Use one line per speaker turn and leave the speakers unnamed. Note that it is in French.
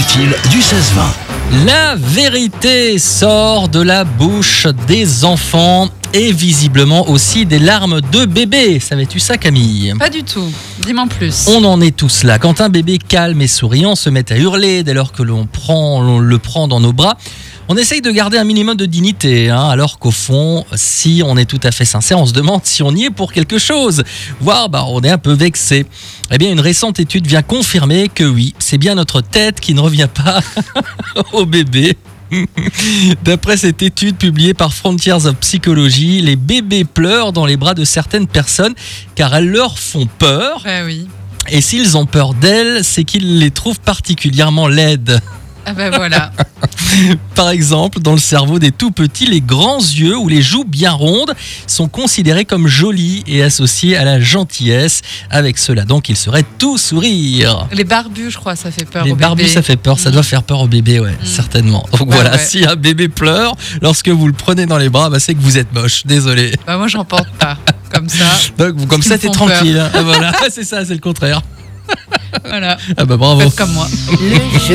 fil du 16-20.
La vérité sort de la bouche des enfants et visiblement aussi des larmes de bébé. Savais-tu ça, Camille
Pas du tout. Dis-moi plus.
On en est tous là. Quand un bébé calme et souriant se met à hurler dès lors que l'on prend, l'on le prend dans nos bras, on essaye de garder un minimum de dignité, hein, alors qu'au fond, si on est tout à fait sincère, on se demande si on y est pour quelque chose, voire bah, on est un peu vexé. Eh bien, une récente étude vient confirmer que oui, c'est bien notre tête qui ne revient pas au bébé. D'après cette étude publiée par Frontiers of Psychology, les bébés pleurent dans les bras de certaines personnes car elles leur font peur.
Bah oui.
Et s'ils ont peur d'elles, c'est qu'ils les trouvent particulièrement laides.
Ah bah voilà.
Par exemple, dans le cerveau des tout petits, les grands yeux ou les joues bien rondes sont considérés comme jolis et associés à la gentillesse. Avec cela, donc, ils seraient tout sourire.
Les barbus, je crois, ça fait peur.
Les
au
barbus,
bébé.
ça fait peur, ça
Mm.
doit faire peur au bébé, ouais, certainement. Donc
Ouais,
voilà,
ouais.
si un bébé pleure lorsque vous le prenez dans les bras, bah, c'est que vous êtes moche, désolé.
Bah moi, j'en porte pas. Comme ça.
Donc, comme
Parce
ça, t'es Ah,
qu'ils me font
tranquille. hein. Voilà, c'est ça, c'est le contraire.
Voilà.
Ah bah bravo.
Faites comme moi.
Le jeu